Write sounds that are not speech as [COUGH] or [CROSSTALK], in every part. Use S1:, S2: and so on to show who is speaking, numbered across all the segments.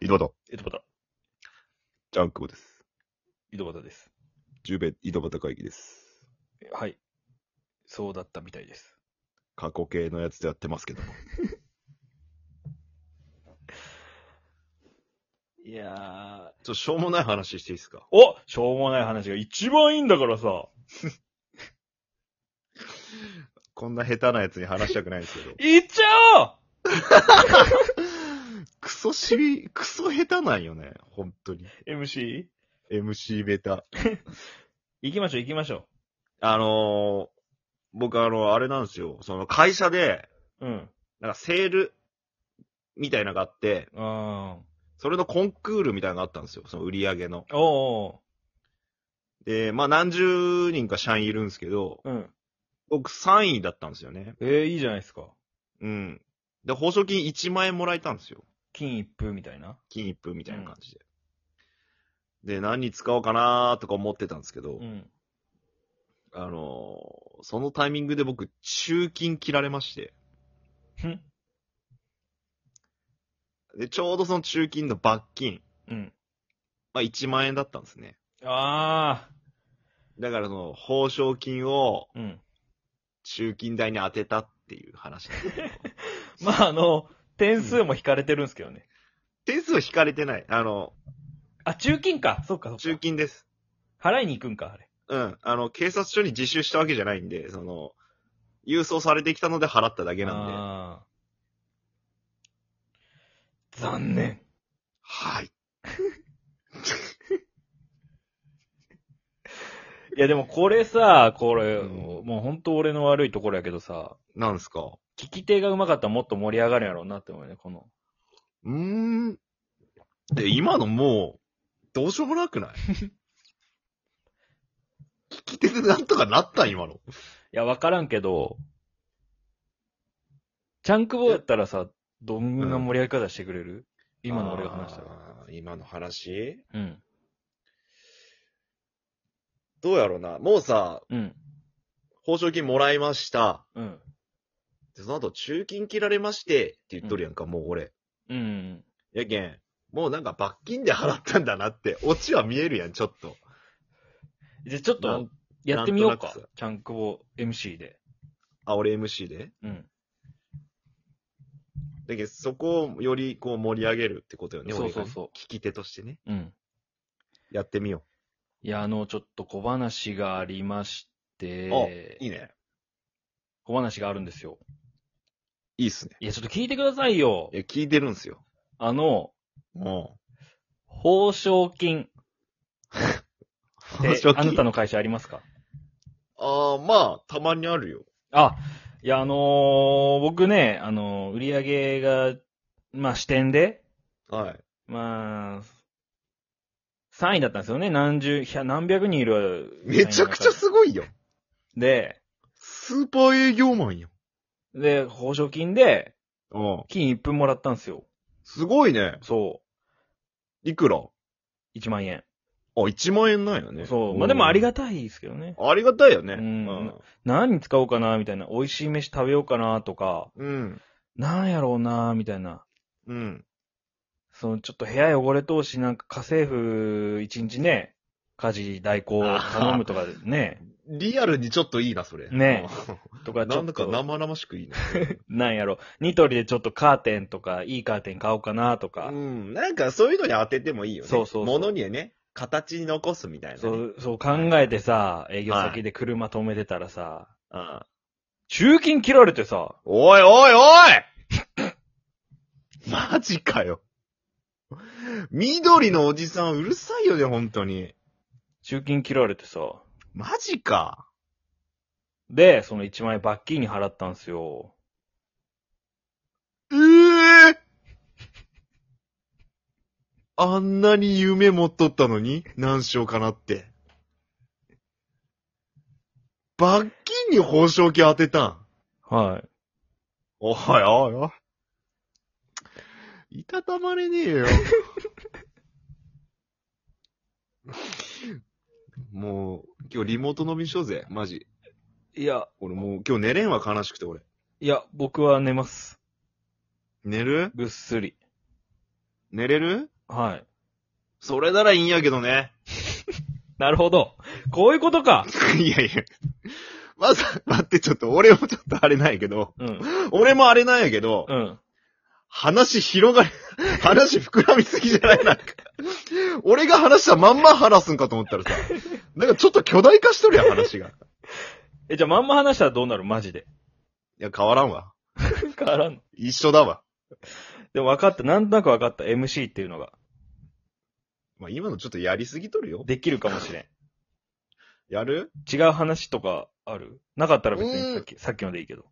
S1: 井戸端、
S2: 井戸端、
S1: ジャンクボです。
S2: 井戸端です。
S1: 十弁井戸端会議です。
S2: はい。そうだったみたいです。
S1: 過去形のやつでやってますけども。
S2: いや
S1: ちょ、しょうもない話していいですか
S2: ー。おしょうもない話が一番いいんだからさ。。
S1: こんな下手なやつに話したくないんですけど
S2: いっちゃ
S1: [LAUGHS] クソしり、クソ下手なんよね。本当に。
S2: おう !MC?
S1: MC ベタ。
S2: 行きましょう行きましょ
S1: あのー、僕あの、あれなんですよ。その会社で、
S2: う。うん。
S1: なんかセール、みたいなのがあって、
S2: あ
S1: それのコンクールみたいなのがあったんですよ。その売り上げの。
S2: ー。お
S1: で、まあ何十人か社員いるんですけど、
S2: うおううん。
S1: 僕3位だったんですよね。
S2: えー、いいじゃないですか。
S1: うん。で、報奨金1万円もらえたんですよ。
S2: 金一封みたいな。
S1: 金一封みたいな感じで。で、何に使おうかなーとか思ってたんですけど、
S2: うん。
S1: あのーそのタイミングで僕、中金切られまして。
S2: ふん。
S1: で、ちょうどその中金の罰金、
S2: うん。
S1: まあ1万円だったんですね。
S2: あ
S1: だからその、報奨金を
S2: ー。うん。
S1: 中金代に当てたっていう話なん
S2: [LAUGHS]
S1: ですけど。
S2: まあ、あの、点数も引かれてるんすけどね。
S1: 点数は引かれてない。あの、
S2: あ、中金か。そっかそっか。
S1: 中金です。
S2: 払いに行くんか、あれ。
S1: うん。あの、警察署に自首したわけじゃないんで、その、郵送されてきたので払っただけなんで。
S2: あー残念。
S1: はい。
S2: いやでもこれさ、これ、
S1: うん
S2: もう本当俺の悪いところやけどさ、
S1: なんすか
S2: 聞き手が上手かったらもっと盛り上がるやろうなって思うね、この。
S1: うーん。で、今のもう、どうしようもな
S2: [LAUGHS]
S1: くない聞き手でなんとかなったん今の。
S2: いや、わからんけど、チャンクボやったらさ、どんな盛り上げ方してくれる、今の俺が話したら。
S1: あー。今の話
S2: うん。
S1: どうやろうな。もうさ、
S2: うん。
S1: 報奨金もらいました。
S2: うん。
S1: で、その後、中金切られまして、って言っとるやんか、もう俺。
S2: うん。
S1: やけん、もうなんか罰金で払ったんだなって、オチは見えるやん、ちょっと。
S2: じゃ、ちょっ
S1: な
S2: と
S1: ん、
S2: やってみよう
S1: なん
S2: か
S1: となく。
S2: チャンクボ MC で。
S1: あ、俺 MC で
S2: うん。
S1: だけど、そこをよりこう盛り上げるってことよね、
S2: そう
S1: 俺が
S2: そう
S1: ね
S2: そう
S1: 聞き手としてね。
S2: うん。
S1: やってみよ
S2: いや、あの、ちょっと小話がありまし
S1: う。
S2: て
S1: あ、い、いね。
S2: 小話があるんですよ。
S1: いいっすね。
S2: いや、ちょっと聞いてくださいよ
S1: い。や、聞いてるんすよ。
S2: あの、
S1: も
S2: 報奨金
S1: う
S2: っ
S1: ん。
S2: て
S1: 報奨金
S2: あなたの会社ありますか
S1: ああ、まあ、たまにあるよ。
S2: あ、いや、あのー僕ね、あのー売り上げが、まあ、支店で、
S1: はい。
S2: まあ、3位だったんですよね。何十、いや、何百人いる。
S1: めちゃくちゃすごいよ。
S2: で、
S1: スーパー営業マンよ。
S2: で、報奨金で、
S1: うん。
S2: 金1分もらったんですよ。
S1: すごいね。
S2: そ
S1: いくらあ、
S2: う。1万円。
S1: 1万円なんやね。
S2: そう。まあ、でもあり
S1: が、
S2: がたいですけどね。
S1: ありがたいよね。
S2: うん何に使おうかな、みたいな。美味しい飯食べようかな、とか、
S1: うん。
S2: なんやろうな、みたいな。
S1: うん。
S2: そのちょっと部屋汚れ通し、なんか家政婦一日ね、家事代行頼むとかね、
S1: リアルにちょっといいな、それ。
S2: ね
S1: うん
S2: とかち
S1: な
S2: ょ
S1: ん
S2: っ
S1: だか
S2: と、
S1: 生々しくいいね。
S2: なんやろ、ニトリでちょっとカーテンとか、いいカーテン買おうかなとか、
S1: うん。なんかそういうのに当ててもいいよね。
S2: そうそうそう
S1: 物にね、形に残すみたいな、ね。
S2: そう、そう考えてさ、営業先で車止めてたらさ、
S1: うん。
S2: 中金切られてさ、
S1: おいおいおい [COUGHS] マジかよ。緑のおじさんうるさいよね、本当に。
S2: 中金切られてさ、
S1: マジか。
S2: で、その1万円罰金に払ったんすよ。
S1: ええあんなに夢持っとったのに、何しようかなって。罰金に報奨金当てたん。
S2: はい。
S1: おいおいおい。いたたまれねえよ。もう、今日リモート飲みしようぜ、マジ。
S2: いや、
S1: 俺もう今日寝れんわ、悲しくて俺。
S2: いや、僕は寝ます。
S1: 寝る
S2: ぐっすり。
S1: 寝れる
S2: はい。
S1: それならいいんやけどね。
S2: なるほど。こういうことか。
S1: いやいや。まず、待って、ちょっと、俺もちょっとあれなんやけど、
S2: うん。
S1: 俺もあれなんやけど、
S2: うん。
S1: 話広がり、 [LAUGHS] 話膨らみすぎじゃないなんか。俺が話したまんま話すんかと思ったらさ、なんかちょっと巨大化しとるやん、話が。い
S2: え、じゃあまんま話したらどうなるマジで。
S1: や、変わらんわ。
S2: 変わらんの。
S1: 一緒だわ。
S2: でも分かった。なんとなく分かった。MC っていうのが。
S1: まあ、今のちょっとやりすぎとるよ。
S2: できるかもしれん。
S1: やる
S2: 違う話とかあるなかったら別にさっき、さっきのでいいけど。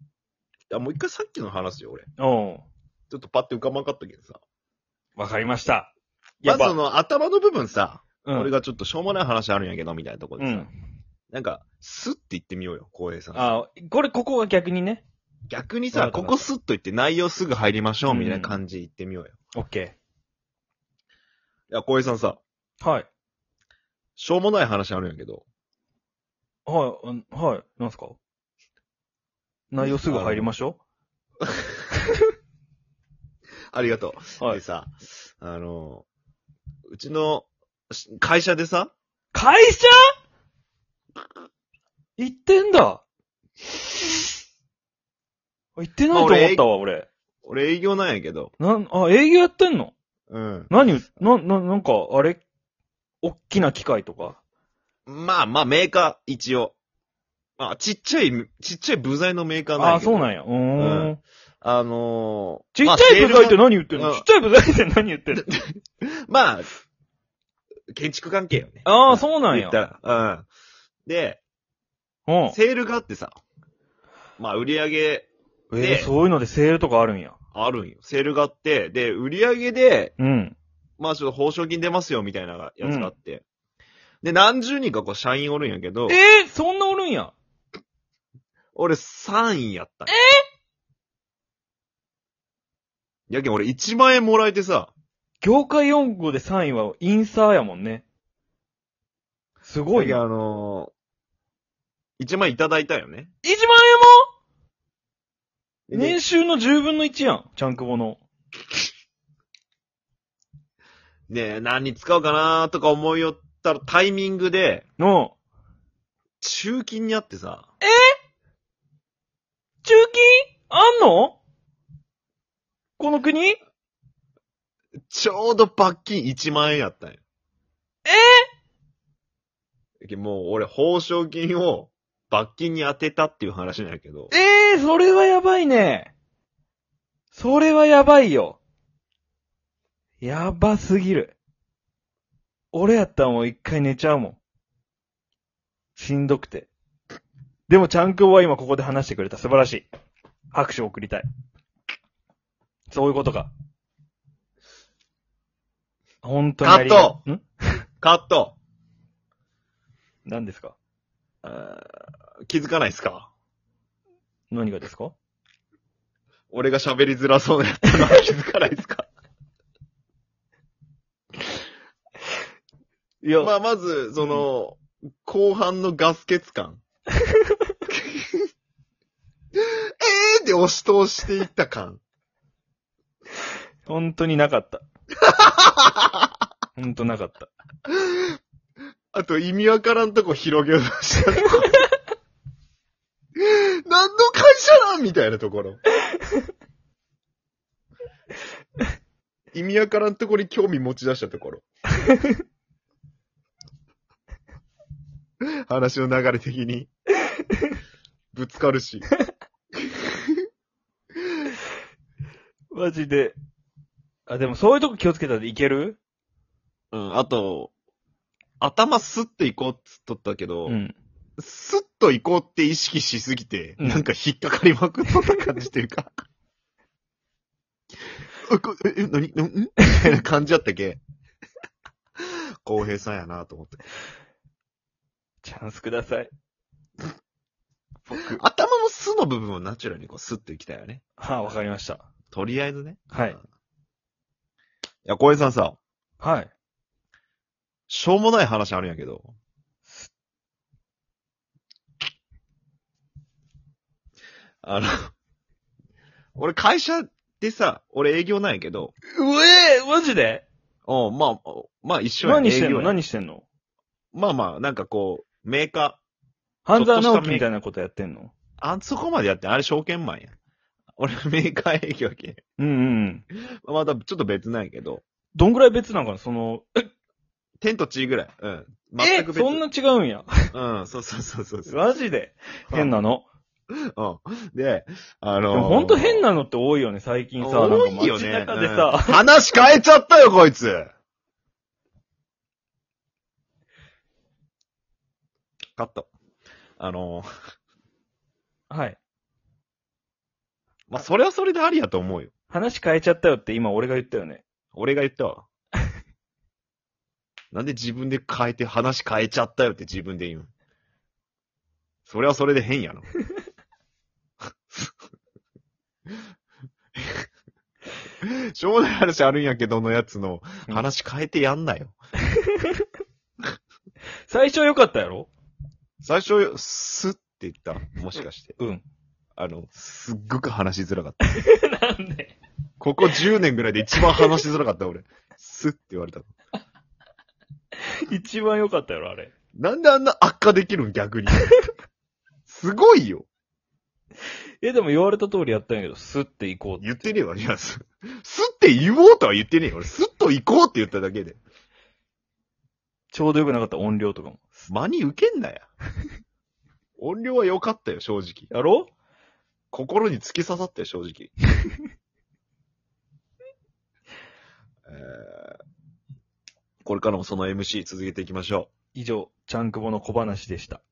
S1: いや、もう一回さっきの話よ、俺。
S2: うん。
S1: ちょっとパッて浮かばんかったけどさ。
S2: わかりました。
S1: ま
S2: やっ
S1: ず
S2: ぱ、
S1: その頭の部分さ、
S2: うん、
S1: 俺がちょっとしょうもない話あるんやけど、みたいなところ
S2: う
S1: でさ、
S2: ん。
S1: なんか、スッて言ってみようよ、光栄さん。
S2: あこれ、ここが逆にね。
S1: 逆に
S2: わ
S1: さ、
S2: かった
S1: ここスッと言って内容すぐ入りましょう、
S2: うん
S1: みたいな感じ言ってみようよ。
S2: オッケ
S1: いや、光栄さんさ、
S2: ー。はい。
S1: しょうもない話あるんやけど、
S2: はい、うんはい。なんすか内容すぐ入りましょ
S1: ありがとう。
S2: う。は
S1: で
S2: い。
S1: さ、あの、うちのし会社でさ、
S2: 会社行ってんだ行ってないと思ったわ、俺。
S1: 俺営業なんやけど、
S2: なん、あ、営業やってんの
S1: うん。
S2: 何、な、な、なんか、あれおっきな機械とか。
S1: まあまあメーカー、一応。あ、ちっちゃい、ちっちゃい部材のメーカーなん
S2: あ
S1: や
S2: あ、
S1: けど。
S2: そうなんや。うー。
S1: うんあのー
S2: ちっちゃい部材って
S1: まあ
S2: 何言ってんの、
S1: うん
S2: ちっちゃい部材って何言ってん
S1: [LAUGHS]
S2: の
S1: まあ、建築関係よね。
S2: ああ、そうなん
S1: 言
S2: や
S1: っ。たら。うん。で、
S2: うん。
S1: セールがあってさ、まあ売り上げ
S2: え
S1: で
S2: ー、そういうのでセールとかあるんや。
S1: あるんよ。セールがあって、で、売り上げで、
S2: うん。
S1: まあちょっと報奨金出ますよみたいなやつがあって。で、何十人かこう社員おるんやけど
S2: え、ー、そんなおるんや。
S1: 俺3位やったんよ。えやけん俺1万円もらえてさ、
S2: 業界4号で3位はインサーやもんね。すごい
S1: やけん
S2: な。
S1: あのー、1万円いただいたよね。
S2: 1万
S1: で
S2: 円も年収の10分の1やん。ちゃんくぼの。
S1: で、何に使うかなーとか思いよったらタイミングで、
S2: の、
S1: 中金にあってさ、
S2: 中金あんのこの国
S1: ちょうど罰金1万円やったんよ。
S2: え
S1: やけんもう俺、報奨金を罰金に当てたっていう話なんやけど、
S2: ええー、それはやばいね。それはやばいよ。やばすぎる。俺やったらもう一回寝ちゃうもん。しんどくて。でもちゃんくぼは今ここで話してくれた。素晴らしい。拍手を送りたい。そういうことか。本当にやりがい。
S1: カッ
S2: トん
S1: カット
S2: 何ですか
S1: あー気づかないっすか
S2: 何がですか
S1: 俺が喋りづらそうなやったの [LAUGHS] は気づかないっすか
S2: いや
S1: まあ、まず、その、後半のガス欠 [LAUGHS] 感。えーって押し通していった感。
S2: 本当になかった。本当なかった。
S1: あと意味わからんとこ広げようとしたと [LAUGHS] こ。何の会社なんみたいなところ。意味わからんとこに興味持ち出したとこ [LAUGHS] ろ。話の流れ的に。ぶつかるし。
S2: マジで。あ、でもそういうとこ気をつけたらいける
S1: うん、あと、頭すっていこうっつっとったけど
S2: うん。
S1: スッと行こうって意識しすぎて、
S2: うん
S1: なんか引っかかりまくっとった感じというか。 [LAUGHS] うこえ、え、なに、んんみたいな感じやったっけ公平さんやなと思って。
S2: チャンスください。僕。
S1: 頭のスの部分をナチュラルにこうスッと行きたいよね。
S2: はあ、わかりました。
S1: とりあえずね。
S2: はい。
S1: いや、公平さんさ、
S2: はい。
S1: しょうもない話あるんやけど。あの、俺会社でさ、俺営業なんやけど、
S2: うえー、マジで
S1: うん、まあ、まあ一緒やね
S2: 何してん
S1: 営業
S2: の
S1: や
S2: 何してんの
S1: まあまあ、なんかこう、メーカ
S2: 半沢直樹みたいなことやってんの
S1: ー、あそこまでやってんあれ証券マンや。俺メーカー営業やけん。
S2: うんうん。
S1: またちょっと別なんやけど、
S2: どんぐらい別なんかなその、
S1: 天と地ぐらい。うん。
S2: え
S1: 全く別。
S2: そんな違うんや。
S1: うん、そうそうそうそうそう。
S2: マジで変なの。
S1: うん。で、あ
S2: で
S1: の
S2: もほんと変
S1: な
S2: なのって多いよね、最近さ。
S1: 多いよ
S2: な
S1: ね
S2: ん。か街中で
S1: うん
S2: さ、
S1: 話変えちゃったよ、こいつカット。あの、
S2: はい。
S1: まあ、それはそれでありやと思うよ。
S2: 話変えちゃったよって今俺が言ったよね。
S1: 俺が言った [LAUGHS] わ。なんで自分で変えて、話変えちゃったよって自分で言うん。それはそれで変やろ。 [LAUGHS] しょうもない話あるんやけどのやつの、
S2: うん
S1: 話変えてやんなよ。
S2: 最初良かったやろ
S1: 最初、スって言った。もしかして。
S2: うん。
S1: あの、すっごく話しづらかった。
S2: [LAUGHS] なんで
S1: ここ10年ぐらいで一番話しづらかった、俺。スって言われた。
S2: 一番良かったやろ、あれ。
S1: なんであんな悪化できるん、逆に。すごいよ。
S2: え、でも言われた通りやったんやけど、スッて行こう。
S1: 言ってねえわ、いや、す、すって言おうとは言ってねえよ。俺、すっと行こうって言っただけで。
S2: ちょうど良くなかった音量とかも。
S1: 間に受けんなや。音量は良かったよ、正直。
S2: やろ
S1: 心に突き刺さったよ、正直。 [LAUGHS] えーこれからもその MC 続けていきましょう。
S2: 以上、ちゃんくぼの小話でした。